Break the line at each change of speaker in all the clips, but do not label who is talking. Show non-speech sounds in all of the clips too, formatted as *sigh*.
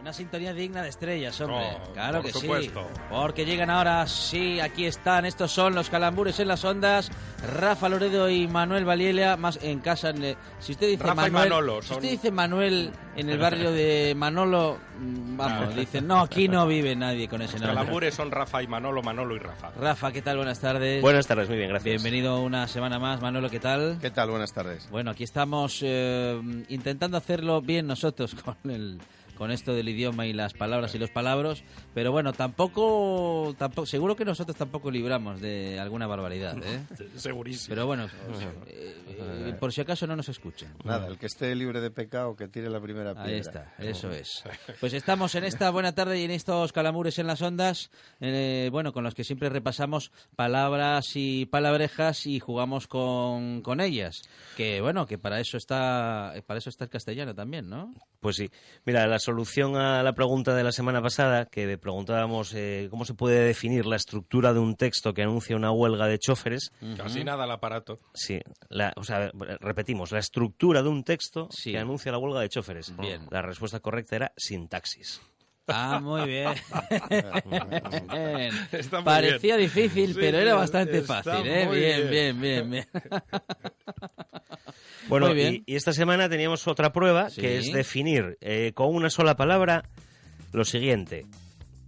Una sintonía digna de estrellas, hombre.
Oh,
claro que
por supuesto.
sí. Porque llegan ahora, sí, aquí están. Estos son los calambures en las ondas. Rafa Loredo y Manuel Valielia, más en casa. en el- si usted dice
Rafa y
Manuel,
Manolo,
si
son-
usted dice Manuel en el barrio de Manolo, mm, vamos,
Claro.
dicen, no, aquí no vive nadie con ese nombre.
Calambures son Rafa y Manolo, Manolo y Rafa.
Rafa, ¿qué tal? Buenas tardes.
Buenas tardes, muy bien, gracias.
Bienvenido una semana más. Manolo, ¿qué tal?
¿Qué tal? Buenas tardes.
Bueno, aquí estamos eh, intentando hacerlo bien nosotros *laughs* con el con esto del idioma y las palabras y los palabros, pero bueno, tampoco, tampoco seguro que nosotros tampoco libramos de alguna barbaridad, ¿eh?
Segurísimo.
Pero bueno, eh, eh, por si acaso no nos escuchan.
Nada, el que esté libre de pecado, que tire la primera piedra.
Ahí está, eso
*laughs*
es. Pues estamos en esta buena tarde y en estos calamures en las ondas, eh, bueno, con los que siempre repasamos palabras y palabrejas y jugamos con, con ellas. Que bueno, que para eso está para eso está el castellano también, ¿no?
Pues sí, mira, la solución a la pregunta de la semana pasada, que preguntábamos eh, cómo se puede definir la estructura de un texto que anuncia una huelga de choferes,
Casi nada el aparato.
sí, la- o sea, repetimos, la estructura de un texto
Sí.
que anuncia la huelga de choferes.
Bien.
La respuesta correcta era sintaxis.
Ah, muy
*laughs*
bien.
Está muy
Parecía
bien.
difícil,
Sí,
pero
sí,
era bastante
está
fácil, ¿eh?
muy
Bien, bien,
bien.
bien, bien.
*laughs*
Bueno,
Muy bien.
Y, y esta semana teníamos otra prueba,
Sí.
que es definir eh, con una sola palabra lo siguiente,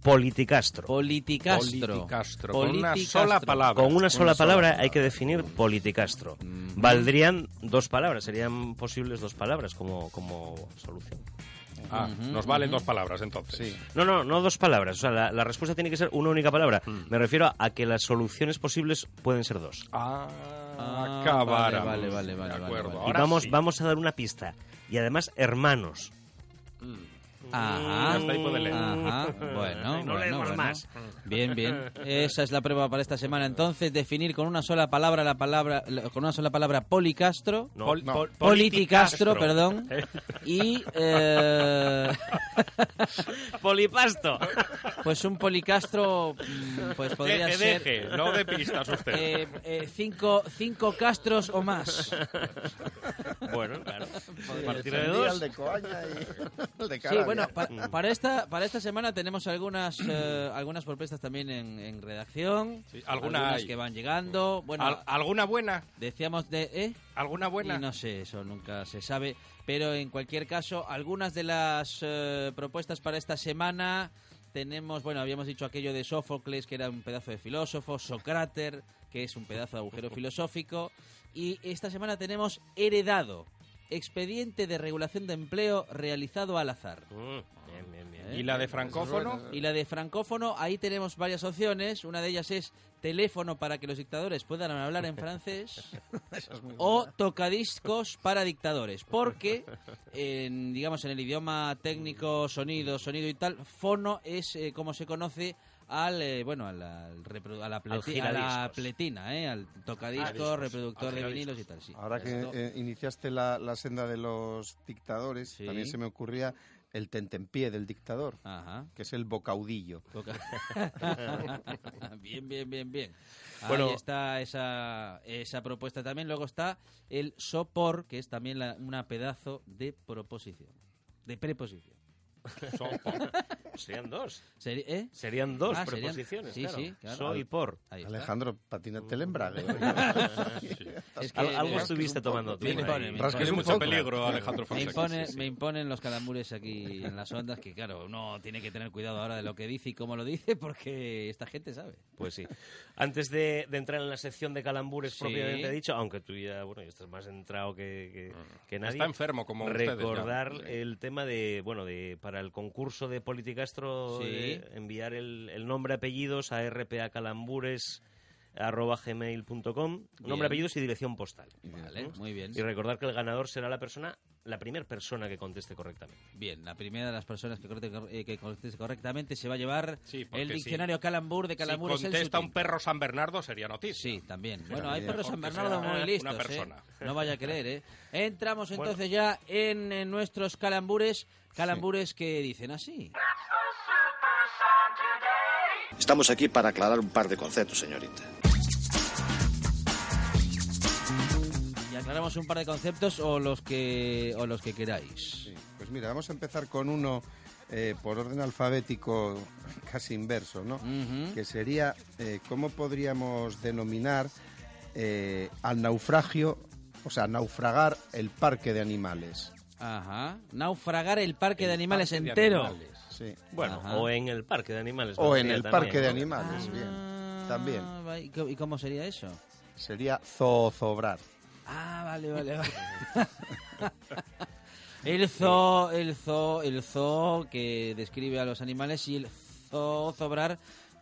politicastro.
Politicastro.
Politicastro, con una sola palabra.
Con una sola
sola
palabra hay que definir politicastro. Valdrían dos palabras, serían posibles dos palabras como, como solución.
Ah, nos valen dos palabras entonces.
Sí.
No, no, no dos palabras. O sea, la, la respuesta tiene que ser una única palabra. Me refiero a, a que las soluciones posibles pueden ser dos.
Ah,
Ah,
acabáramos.
vale, vale, vale, vale,
De acuerdo.
vale.
Y
Ahora
vamos,
sí.
vamos a dar una pista. Y además, hermanos.
Ajá.
Hasta ahí puede leer.
Ajá,
*laughs*
bueno,
No
bueno,
leemos
bueno.
más.
Bien, bien. Esa es la prueba para esta semana. Entonces, definir con una sola palabra la palabra, la- con una sola palabra policastro,
No,
Pol-
no.
pol-
politicastro, *laughs* perdón,
*laughs*
y eh,
¡Polipasto!
pues un policastro, mm, pues podría
Deje,
ser
deje, no de pistas
*laughs*
usted.
eh, eh, cinco, cinco castros o
*laughs*
más.
bueno, claro. A
El
partir de
sandía,
dos.
el de coaña y
*laughs*
*laughs* el de
Sí,
Carabia.
bueno, pa- para esta para esta semana tenemos algunas eh, algunas propuestas también en, en redacción,
Sí, alguna
algunas
hay.
que van llegando. Bueno,
Al- ¿Alguna buena?
decíamos de ¿eh?
¿Alguna buena?
Y no sé, eso nunca se sabe. Pero en cualquier caso, algunas de las eh, propuestas para esta semana tenemos, bueno, habíamos dicho aquello de Sófocles, que era un pedazo de filósofo, Socráter, que es un pedazo de
*laughs*
agujero filosófico, y esta semana tenemos heredado, expediente de regulación de empleo realizado al azar.
*laughs* Mm, bien, bien, bien.
Eh,
¿Y
pues
la de francófono?
Y la de francófono, ahí tenemos varias opciones. Una de ellas es teléfono para que los dictadores puedan hablar en francés o tocadiscos para dictadores. Porque, en, digamos, en el idioma técnico, sonido, sonido y tal, fono es eh, como se conoce al eh, bueno al, al repro- a la, pleti- a la
giradiscos.
pletina eh, al tocadiscos
discos,
reproductor
al
de
giradiscos.
vinilos y tal sí.
Ahora que
Esto-
eh, iniciaste la, la senda de los dictadores,
Sí. Ah.
también se me ocurría el tentempié del dictador,
ajá
que es el bocaudillo.
Toca- *laughs* bien, bien, bien, bien.
Bueno.
Ahí está esa, esa propuesta también. Luego está el sopor, que es también la- una pedazo de proposición. De preposición.
*laughs* Serían dos.
Seri- ¿eh?
Serían dos
Ah, serían-
preposiciones.
sí,
claro.
sí, claro.
Soy por.
Ahí está.
Alejandro, patínate el
Uh.
embrague.
*laughs*
Es que
Al- algo
me-
estuviste tomando tú.
me impone,
ahí.
me
Rasques
Tiene
un
mucho
poco.
ah.
peligro, Alejandro
me,
Fonseca.
impone-
Sí, sí.
me imponen los calambures aquí en las ondas que, claro, uno tiene que tener cuidado ahora de lo que dice y cómo lo dice porque esta gente sabe.
Pues sí. Antes de, de entrar en la sección de calambures
Sí.
propiamente dicho, aunque tú ya, bueno, ya estás más entrado que, que- que nadie.
Mm. Está enfermo como ustedes, ya.
Recordar el tema de, bueno, de para el concurso de Politicastro,
Sí.
de enviar el, el nombre, apellidos a rpacalambures.gmail.com,
Bien.
nombre, apellidos y dirección postal.
Vale,
¿Mm?
muy bien.
Y recordar que el ganador será la persona, la primera persona que conteste correctamente.
Bien, la primera de las personas que, corte- eh, que conteste correctamente se va a llevar
Sí, porque
el
sí.
diccionario Calambur de
Si
Calambur
contesta un perro San Bernardo sería noticia.
Sí, también. Bueno, hay
mira,
perros San
porque
Bernardo
será
muy
una
listos, ¿eh?
persona.
No vaya a creer, ¿eh? Entramos entonces ya en, eh, nuestros calambures, calambures que dicen así.
Estamos aquí para aclarar un par de conceptos, señorita.
Y aclaramos un par de conceptos o los que o los que queráis.
Sí, Pues Mira, vamos a empezar con uno eh, por orden alfabético *laughs* casi inverso,
Mm.
¿no?
Ujú.
Que sería, eh, ¿cómo podríamos denominar eh, al naufragio, o sea, naufragar el parque de animales?
Ajá. Naufragar el parque de animales
Parque de
entero.
animales.
Sí.
Bueno,
Ajá.
o en el parque de animales.
O en
vendría
el
también,
parque de
¿no?
animales,
Ah,
bien. También.
va- ¿Y co- y cómo sería eso?
Sería zoozobrar.
Ah, vale, vale, vale. *laughs* el zoo, el zoo, el zoo que describe a los animales y el zoo zobrar.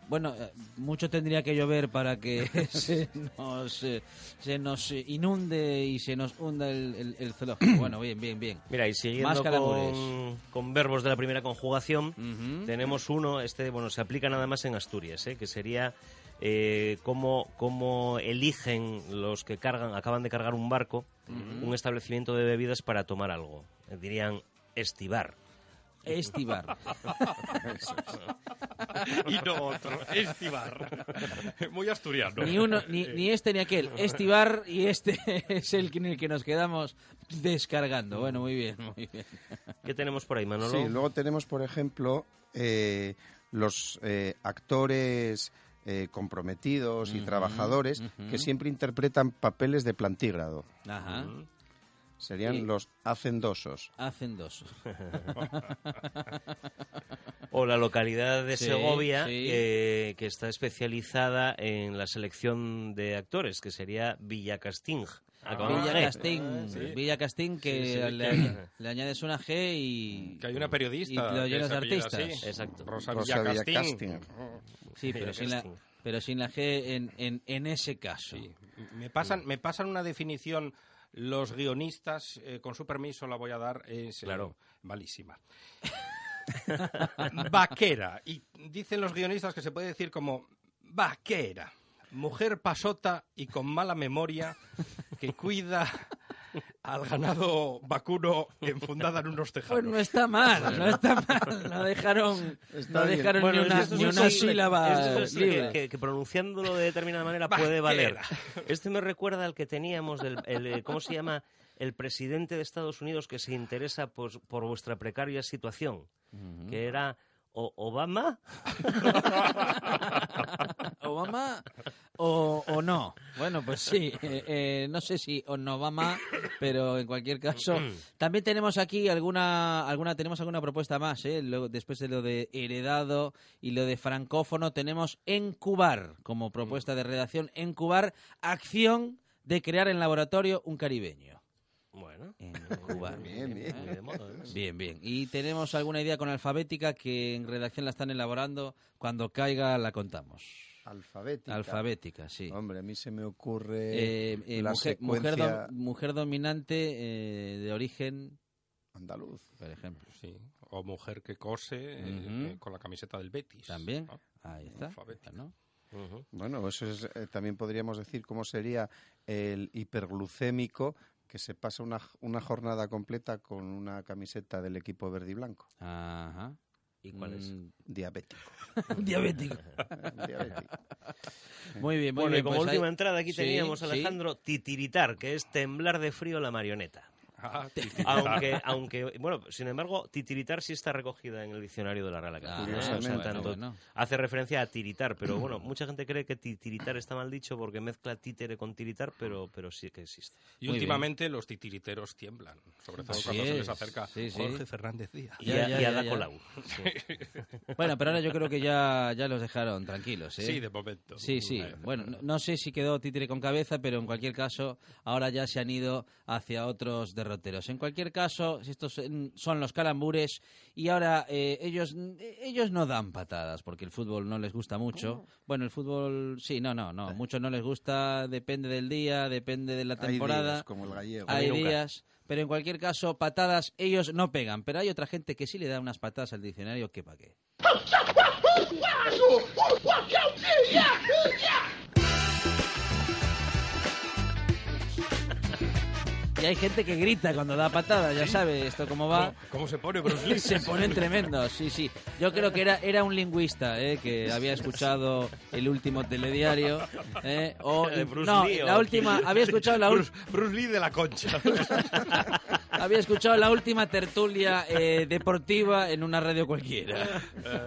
Bueno, eh, mucho tendría que llover para *laughs* que se nos, eh, se nos inunde y se nos hunda el, el- el zoológico. Bueno, bien, bien, bien.
Mira, y
Más
siguiendo
calambres.
con, con verbos de la primera conjugación,
Ujú.
tenemos uno, este, bueno, se aplica nada más en Asturias, ¿eh? que sería eh, cómo, cómo eligen los que cargan, acaban de cargar un barco, un establecimiento de bebidas para tomar algo. Eh, Dirían
*laughs*
estibar.
Estibar.
Y no otro, Estibar.
*laughs*
Muy asturiano.
Ni uno, ni, ni este ni aquel. Estibar y este *laughs* es el que- en el que nos quedamos descargando. Bueno, muy bien, muy bien.
¿Qué tenemos por ahí, Manolo?
Sí, luego tenemos, por ejemplo, eh, los eh, actores eh, comprometidos y
Ujú,
trabajadores
ujú.
que siempre interpretan papeles de plantígrado.
Ajá.
Serían
Sí.
los hacendosos.
Hacen dos.
O la localidad de
Sí,
Segovia,
sí.
eh, que está especializada en la selección de actores, que sería Villacasting. Ah, Acabamos
Villa
en G.
Castín, Villa Castín que
Sí, sí,
le,
que-
añ- le añades una G y...
Que hay una periodista.
Y lo
que
llenas
se
de
apellida
artistas.
así.
Exacto.
Rosa,
Rosa
Villacastín.
Villacastín.
Sí, pero
Villa
sin, la,
Castín.
pero sin la G en, en, en ese caso.
Sí. Me pasan, me pasan una definición los guionistas, eh, con su permiso la voy a dar, es eh,
Claro.
malísima. *laughs* vaquera. Y dicen los guionistas que se puede decir como vaquera. Mujer pasota y con mala memoria que cuida al ganado vacuno enfundada en unos tejados.
Pues no está mal, no está mal. No dejaron,
Está
no
bien.
dejaron
Bueno,
ni una,
esto es
ni
un
una
signo- esto
sílaba
es un signo
libre.
que, que- que pronunciándolo de determinada manera puede valer. Este me recuerda al que teníamos del el, eh, ¿cómo se llama? El presidente de Estados Unidos que se interesa por, por vuestra precaria situación, que era O- Obama.
¿Obama o, o no? Bueno, pues sí, eh, eh, no sé si o no Obama, pero en cualquier caso. También tenemos aquí alguna, alguna tenemos alguna propuesta más, ¿eh? Luego, después de lo de heredado y lo de francófono, tenemos encubar como propuesta de redacción, encubar acción de crear en laboratorio un caribeño.
Bueno,
Encubar.
Bien, bien.
muy de ¿eh? moda, además.
Bien, bien. ¿Y tenemos alguna idea con alfabética que en redacción la están elaborando? Cuando caiga la contamos.
Alfabética.
Alfabética, sí.
Hombre, a mí se me ocurre
Eh, eh,
la
mujer,
secuencia
mujer dom- mujer dominante eh, de origen,
andaluz.
por ejemplo.
Sí, O mujer que cose eh,
Ujú.
eh, con la camiseta del Betis.
También.
¿no?
Ahí está.
Alfabética.
¿no?
Ujú.
Bueno, eso es, eh, también podríamos decir cómo sería el hiperglucémico que se pasa una, una jornada completa con una camiseta del equipo verde y blanco.
Ajá.
¿Y cuál es?
Mm, pues,
Diabético.
*laughs*
Eh,
diabético.
diabético.
Muy bien, muy
Bueno, y
bien.
como
pues ahí-
última entrada aquí
Sí,
teníamos,
sí.
Alejandro, titiritar, que es temblar de frío la marioneta.
*laughs* Ah,
*laughs* aunque, aunque, bueno, sin embargo, titiritar sí está recogida en el diccionario de la Real
Ah,
Academia. ¿eh?
Curiosamente.
O sea, tanto-
Bueno.
hace referencia a tiritar, pero bueno, mucha gente cree que titiritar está mal dicho porque mezcla títere con tiritar, pero, pero sí que existe.
Y
Muy
últimamente los titiriteros tiemblan, sobre todo
Así
cuando se
es,
les acerca
sí, sí.
Jorge Fernández Díaz.
Y,
Ya,
a,
ya,
y a
ya,
Da
ya.
Colau.
Bueno, pero ahora yo creo que ya, ya los dejaron tranquilos. ¿eh?
Sí, de momento.
Sí, sí.
Eh,
Bueno, no, no sé si quedó títere con cabeza, pero en cualquier caso, ahora ya se han ido hacia otros derroteros. En cualquier caso, estos mm, son los calambures y ahora eh, ellos, mm, ellos no dan patadas porque el fútbol no les gusta mucho. Bueno, el fútbol, sí, no, no, no. Mucho no les gusta, depende del día, depende de la
Hay días
temporada.
como el gallego.
Hay
nunca.
días, pero en cualquier caso, patadas ellos no pegan. Pero hay otra gente que sí le da unas patadas al diccionario que pa' qué. Y hay gente que grita cuando da patadas, ya sabe esto cómo va.
¿Cómo, cómo se pone Bruce
*laughs*
Lee?
Se ponen
*laughs*
tremendos, sí, sí. Yo creo que era, era un lingüista eh, que había escuchado el último telediario. eh, o,
De Bruce
no,
Lee,
la
o-
última, había escuchado la última. *laughs*
Bruce, Bruce Lee de la concha.
había escuchado la última tertulia eh, deportiva en una radio cualquiera.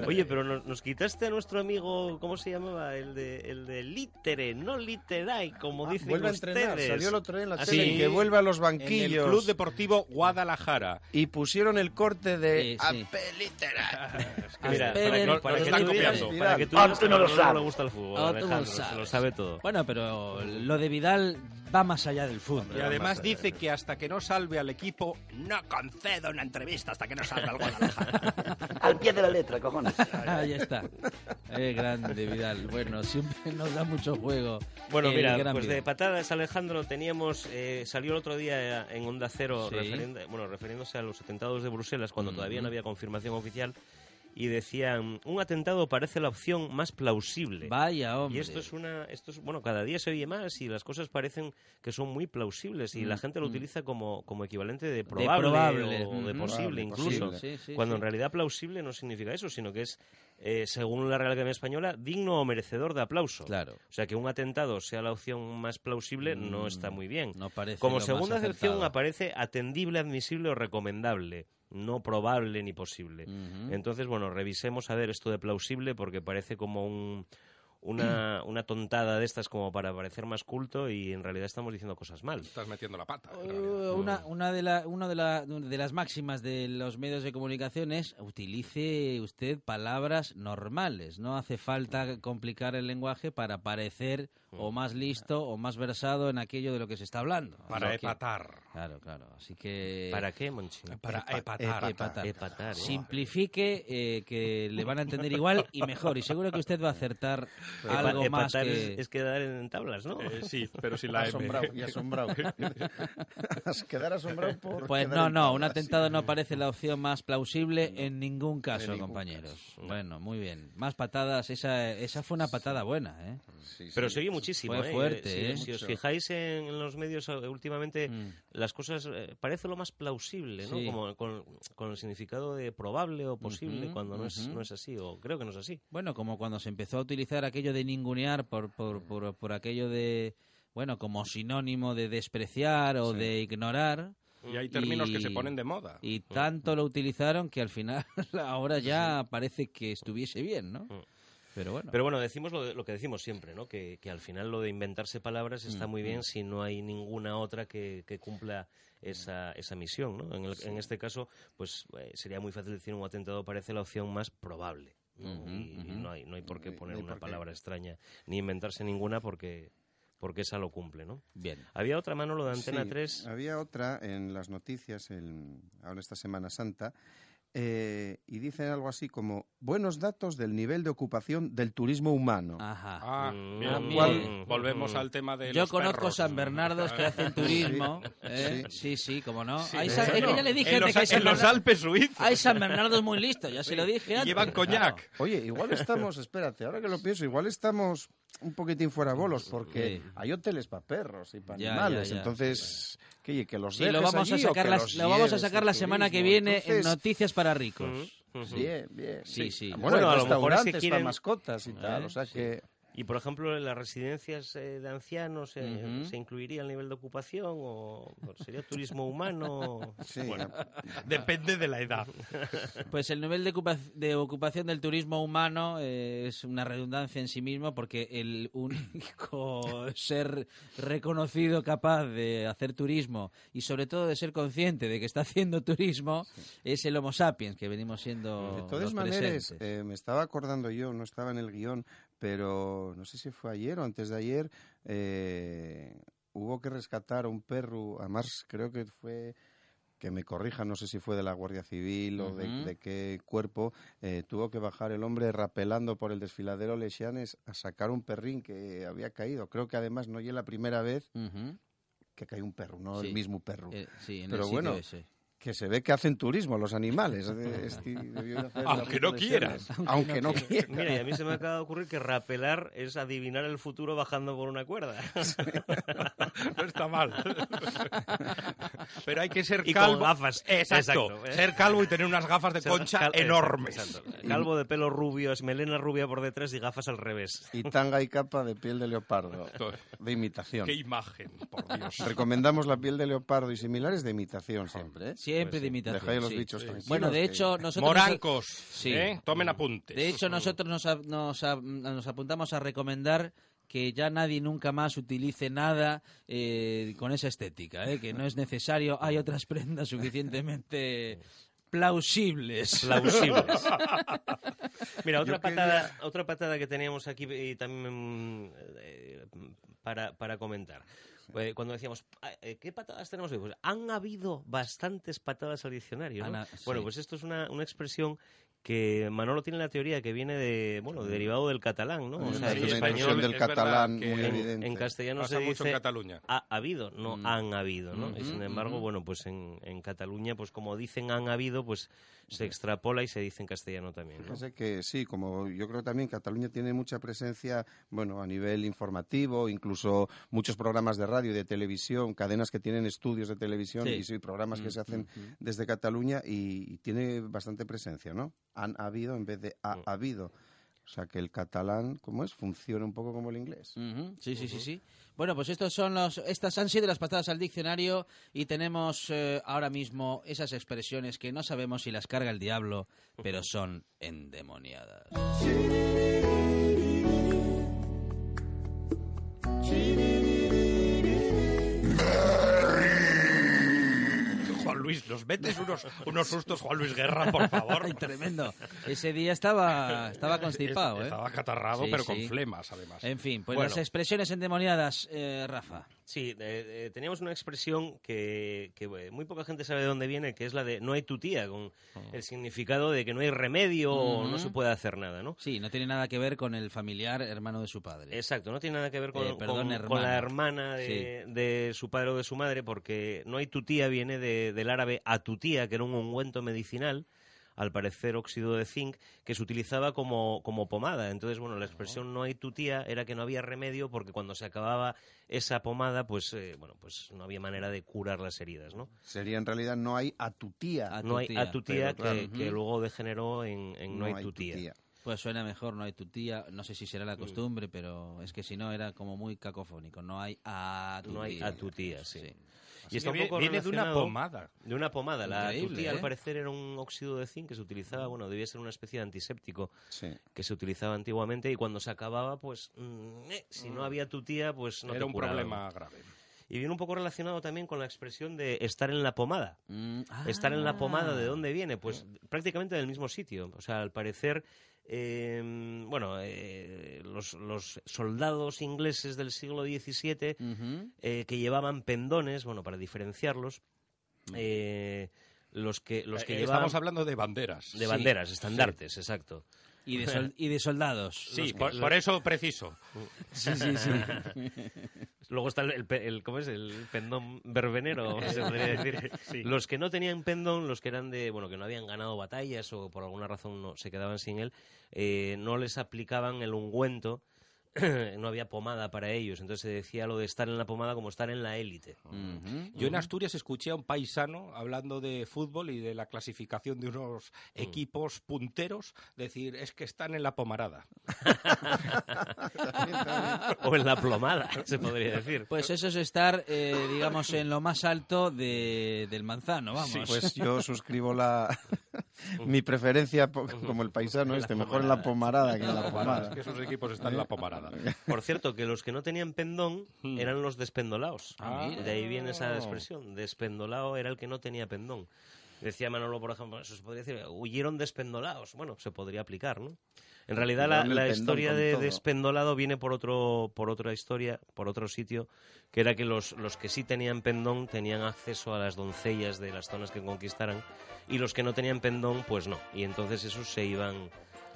Oye, pero nos, nos quitaste a nuestro amigo, ¿cómo se llamaba? El de, el de Litere, no Literay, como dicen
vuelve a
ustedes.
entrenar, salió el otro día en la
Ah,
tele,
sí.
que vuelve a los
En el
banquillos.
Club Deportivo Guadalajara.
Y pusieron el corte de... Ah,
Sí,
ah,
sí.
*laughs*
Que mira,
Esperen,
para que-
no-
para
nos
que
están
tú vieras-
copiando.
para que tú vieras
Ah, tú
que
no lo
Manolo no le
sabes.
gusta el fútbol,
Ah, tú no
Alejandro,
lo
se lo
sabes.
sabe todo.
Bueno, pero lo de Vidal va más allá del fútbol.
Y además dice que hasta que no salve al equipo, no concedo una entrevista hasta que no salga al Guadalajara.
Al pie de la letra, cojones.
Ah, ya está. Eh, grande Vidal. Bueno, siempre nos da mucho juego.
Bueno,
el
mira,
gran
pues de
Vidal.
patadas, Alejandro, teníamos, eh, salió el otro día eh, en Onda Cero,
Sí.
referen- bueno, refiriéndose a los atentados de Bruselas, cuando todavía no había confirmación oficial, y decían, un atentado parece la opción más plausible.
Vaya, hombre.
Y esto es una, esto es, bueno, cada día se oye más y las cosas parecen que son muy plausibles y la gente lo utiliza como, como equivalente de probable,
Mm, probable,
o de
ujú.
posible
Probable,
incluso.
posible.
Sí, sí, sí.
cuando en realidad plausible no significa eso, sino que es, eh, según la Real Academia Española, digno o merecedor de aplauso.
Claro.
O sea, que un atentado sea la opción más plausible no está muy bien.
Mm, No parece
Como
lo más
segunda excepción
acertado.
aparece atendible, admisible o recomendable, no probable ni posible.
Ujú.
Entonces, bueno, revisemos a ver esto de plausible porque parece como un,
*clears throat*
una, una tontada de estas como para parecer más culto y en realidad estamos diciendo cosas mal.
Estás metiendo la pata. en realidad. Mm.
Eh, Una, una, de la, una de, la- de las máximas de los medios de comunicación es utilice usted palabras normales. No hace falta complicar el lenguaje para parecer o
Mm.
más listo o más versado en aquello de lo que se está hablando.
Para
Así que-
empatar.
Claro, claro. Así que
¿Para qué, Monchi?
Para epatar.
eh, patar.
Epatar, eh.
Simplifique, eh, que le van a entender igual y mejor. Y seguro que usted va a acertar
Epa-
algo más
epatar
que...
es, es quedar en tablas, ¿no?
Eh, sí, pero sin la M.
Asombrado, y asombrado. *laughs* Has- Quedar asombrado por...
Pues
quedar
no,
en
no, un
tablas.
atentado no parece la opción más plausible en ningún
en
caso,
ningún
compañeros. Bueno, muy bien. Más patadas, esa, esa fue una patada buena, ¿eh?
Sí, sí.
Pero se oye muchísimo.
Fue
¿eh?
fuerte,
Si-
¿eh? Mm.
Si, os
Mucho.
fijáis en, en los medios eh, últimamente, las cosas eh, parece lo más plausible, ¿no?
Sí.
Como con, con el significado de probable o posible
Ujú,
cuando no, es,
ujú.
no es así, o creo que no es así.
Bueno, como cuando se empezó a utilizar aquello de ningunear por, por, por, por aquello de, bueno, como sinónimo de despreciar o de ignorar.
Y hay términos que se
Y-
ponen de moda.
Y tanto lo utilizaron que al final *laughs* ahora ya parece que estuviese bien, ¿no? Pero bueno.
Pero bueno, decimos lo, de- lo que decimos siempre, ¿no? Que, que al final lo de inventarse palabras está muy bien si no hay ninguna otra que, que cumpla esa, esa misión, ¿no? En, el- en este caso, pues eh, sería muy fácil decir un atentado parece la opción más probable. ¿no?
Ujú,
y, y
ujú.
no hay no hay por qué
No hay-
poner
no hay
una
por qué.
palabra extraña ni inventarse ninguna porque porque esa lo cumple, ¿no?
bien.
Había otra mano lo de Antena
Sí,
3.
Había otra en las noticias, el- ahora esta Semana Santa, eh, y dicen algo así como buenos datos del nivel de ocupación del turismo humano.
Ajá.
Ah,
Mm,
mira,
mm,
cual-
mm,
volvemos
mm.
al tema de
Yo
los
conozco
perros.
San Bernardos
*laughs*
que hacen turismo. ¿eh? Sí, sí, como no. Ahí sa- es que ya le dije
en
de
los,
que hay San
en los
Bernardo-
Alpes *laughs* suizos.
hay San Bernardos muy listos, ya se lo dije
Y
antes.
llevan coñac. *laughs*
Oye, igual
*laughs*
estamos, espérate, ahora que lo pienso, igual estamos un poquitín fuera bolos, porque
Sí.
hay hoteles para perros y para
Ya,
animales,
ya, ya.
entonces, que, oye, que los
Sí, lo
dejes
vamos a
allí o
sacar,
que
la,
los
lo vamos a
lleves
sacar
de
la semana que
turismo.
viene en
Entonces,
Noticias para
Mm.
Ricos.
Ujú.
Bien, bien.
Sí, sí.
Bueno,
Bueno, a
hay
lo mejor es que
restaurantes
quieren-
para mascotas y tal,
Eh,
o sea que...
Y por ejemplo, en las residencias eh, de ancianos eh,
Ujú.
se incluiría el nivel de ocupación o o sería turismo humano.
Sí,
Depende de la edad.
Pues el nivel de, ocupa- de ocupación del turismo humano eh, es una redundancia en sí mismo porque el único *laughs* ser reconocido capaz de hacer turismo y sobre todo de ser consciente de que está haciendo turismo es el Homo sapiens que venimos siendo
De
los
todas maneras,
presentes.
eh, me estaba acordando yo, no estaba en el guión, pero no sé si fue ayer o antes de ayer, eh, hubo que rescatar a un perro, además creo que fue, que me corrija, no sé si fue de la Guardia Civil o de,
Ujú.
de qué cuerpo, eh, tuvo que bajar el hombre rapelando por el desfiladero Lexianes a sacar un perrín que había caído. Creo que además no es la primera vez
Ujú.
que cae un perro, no
Sí.
el mismo perro.
Eh, sí, en
Pero
el
bueno,
sitio ese.
Que se ve que hacen turismo los animales. Eh, este debió de hacer la
Aunque no
Lexianes.
quieras.
Aunque no quieras.
Mira, y a mí *laughs* se me acaba de ocurrir que rapelar es adivinar el futuro bajando por una cuerda.
no está mal. Pero hay que ser
Y con
calvo.
gafas.
Exacto.
Exacto, ¿eh?
Ser calvo y tener unas gafas de concha
Cal-
enormes.
Exacto. Calvo de pelo rubio, es melena rubia por detrás y gafas al revés.
Y tanga y capa de piel de leopardo,
Entonces,
de imitación.
Qué imagen, por Dios.
Recomendamos la piel de leopardo y similares de imitación siempre. ¿eh?
Siempre de imitación.
Dejáis los
sí.
bichos tranquilos.
Bueno, de
que-
hecho, nosotros.
Morancos,
Sí.
¿eh? tomen apuntes.
De hecho, nosotros nos, a- nos a- nos apuntamos a recomendar que ya nadie nunca más utilice nada eh, con esa estética, ¿eh? que no es necesario, hay otras prendas suficientemente plausibles.
plausibles. Mira, otra
Yo quería-
patada, otra patada que teníamos aquí y también mm, eh, para, para comentar. Eh, Cuando decíamos, "Ah, eh, ¿qué patadas tenemos hoy? Pues han habido bastantes patadas al diccionario. ¿no?
Ana,
Bueno,
sí.
pues esto es una, una expresión que Manolo tiene la teoría que viene de, bueno, derivado del catalán, ¿no? O
Hay
sea,
sí,
que
una
español,
en
inversión
español,
del
es verdad
catalán
que
muy
en-
en,
evidente.
en castellano
Pasa
se
mucho en
dice
Cataluña.
ha habido, no
Mm.
han habido, ¿no? Y sin
Ujú,
embargo,
ujú.
bueno, pues en, en Cataluña, pues como dicen han habido, pues se extrapola y se dice en castellano también, ¿no?
Fíjese que sí, como yo creo también Cataluña tiene mucha presencia, bueno, a nivel informativo, incluso muchos programas de radio y de televisión, cadenas que tienen estudios de televisión
Sí.
y sí, programas
Mm,
que se hacen
Ujú.
desde Cataluña y, y tiene bastante presencia, ¿no? Han habido en vez de ha
Mm.
habido. O sea que el catalán, ¿cómo es? Funciona un poco como el
Mm.
inglés.
*laughs* Ujú, Sí, sí, sí, sí. Bueno, pues estos son los, estas han sido las patadas al diccionario y tenemos eh, ahora mismo esas expresiones que no sabemos si las carga el diablo, pero son endemoniadas.
Juan Luis, nos metes unos, unos sustos, Juan Luis Guerra, por
*laughs*
favor.
Ay, tremendo. Ese día estaba,
*laughs*
estaba constipado, ¿eh?
Estaba catarrado,
Sí,
pero
sí.
con flemas, además.
En fin, pues
Bueno.
las expresiones endemoniadas, eh, Rafa.
Sí, eh, eh, teníamos una expresión que, que, eh, muy poca gente sabe de dónde viene, que es la de no hay tu tía, con el significado de que no hay remedio o no
Ujú.
se puede hacer nada, ¿no?
Sí, no tiene nada que ver con el familiar hermano de su padre.
Exacto, no tiene nada que ver con,
Eh, perdón,
con- con la
hermana.
hermana de, de su padre o de su madre, porque no hay tu tía viene de- del árabe a tu tía, que era un ungüento medicinal, al parecer óxido de zinc, que se utilizaba como, como pomada. Entonces, bueno, la expresión no hay tu tía era que no había remedio porque cuando se acababa esa pomada, pues, eh, bueno, pues no había manera de curar las heridas, ¿no?
Sería en realidad no hay a tu tía.
A tu
no hay a
tía,
tu tía,
pero
que,
claro.
que
Ujú.
luego degeneró en, en no, hay tu tía.
Pues suena mejor, no hay tu tía. No sé si será
Mm.
la costumbre, pero es que si no era como muy cacofónico. No hay a tu
No hay
tía.
a tu tía, sí.
Que vi- viene de una
relacionado-
pomada.
De una pomada. La
Increíble,
tutía,
¿eh?
al parecer, era un óxido de zinc que se utilizaba, bueno, debía ser una especie de antiséptico
Sí.
que se utilizaba antiguamente y cuando se acababa, pues, mm, eh, si no había tutía, pues no te
Era un
curaba.
problema grave.
Y viene un poco relacionado también con la expresión de estar en la pomada.
Mm, ah.
Estar en la pomada, ¿de dónde viene? Pues prácticamente del mismo sitio. O sea, al parecer, eh, bueno, eh, los, los soldados ingleses del siglo XVII
Ujú.
eh, que llevaban pendones, bueno, para diferenciarlos, eh, los que, los que
Eh,
llevaban
Estamos hablando de banderas.
de banderas, estandartes, exacto.
y, de
*laughs*
sol- y de soldados.
Sí, por, por eso preciso.
sí, sí, sí.
Luego está el, el pe- el- ¿cómo es? El pendón
*laughs*
verbenero, se podría decir. Los que no tenían pendón, los que eran de, bueno, que no habían ganado batallas o por alguna razón no se quedaban sin él, eh, no les aplicaban el ungüento, *clears throat* no había pomada para ellos, entonces se decía lo de estar en la pomada como estar en la élite.
Ujú.
Yo en Asturias escuché a un paisano hablando de fútbol y de la clasificación de unos equipos punteros decir es que están en la pomarada. Ah.
O en la plomada, *laughs* se podría decir.
Pues eso es estar, eh, digamos, en lo más alto de- del manzano, vamos.
Pues
*laughs*
yo suscribo la mi preferencia po- como el paisano este, mejor en la pomarada que en la
Es
pomada.
que esos equipos están en la pomarada.
Por cierto, que los que no tenían pendón
Hmm.
eran los despendolaos.
Ah, mira.
de ahí viene esa expresión. Despendolao era el que no tenía pendón. Decía Manolo, por ejemplo, eso se podría decir, huyeron despendolaos. Bueno, se podría aplicar, ¿no? En realidad la,
Darle el
la
pendón
historia
con
de
todo.
despendolado viene por otro, por otra historia, por otro sitio, que era que los, los que sí tenían pendón tenían acceso a las doncellas de las zonas que conquistaran y los que no tenían pendón, pues no. Y entonces esos se iban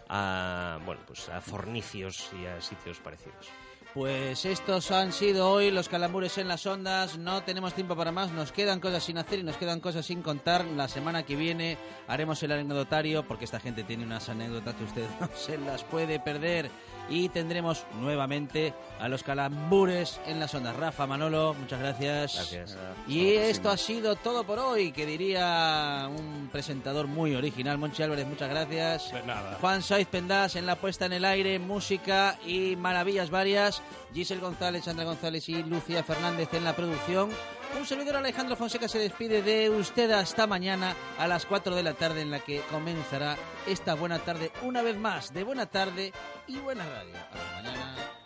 a, bueno, pues a fornicios y a sitios parecidos.
Pues estos han sido hoy los calambures en las ondas. No tenemos tiempo para más. Nos quedan cosas sin hacer y nos quedan cosas sin contar. La semana que viene haremos el anecdotario porque esta gente tiene unas anécdotas que usted *laughs* no se las puede perder. Y tendremos nuevamente a los calambures en las ondas. Rafa, Manolo, muchas gracias.
Gracias.
Y esto ha sido todo por hoy, que diría un presentador muy original, Monchi Álvarez, muchas gracias.
De Pues nada.
Juan Saiz Pendás en la puesta en el aire, música y maravillas varias. Gisel González, Sandra González y Lucía Fernández en la producción. Un servidor Alejandro Fonseca se despide de usted hasta mañana a las 4 de la tarde en la que comenzará esta buena tarde una vez más de buena tarde y buena radio. Hasta mañana.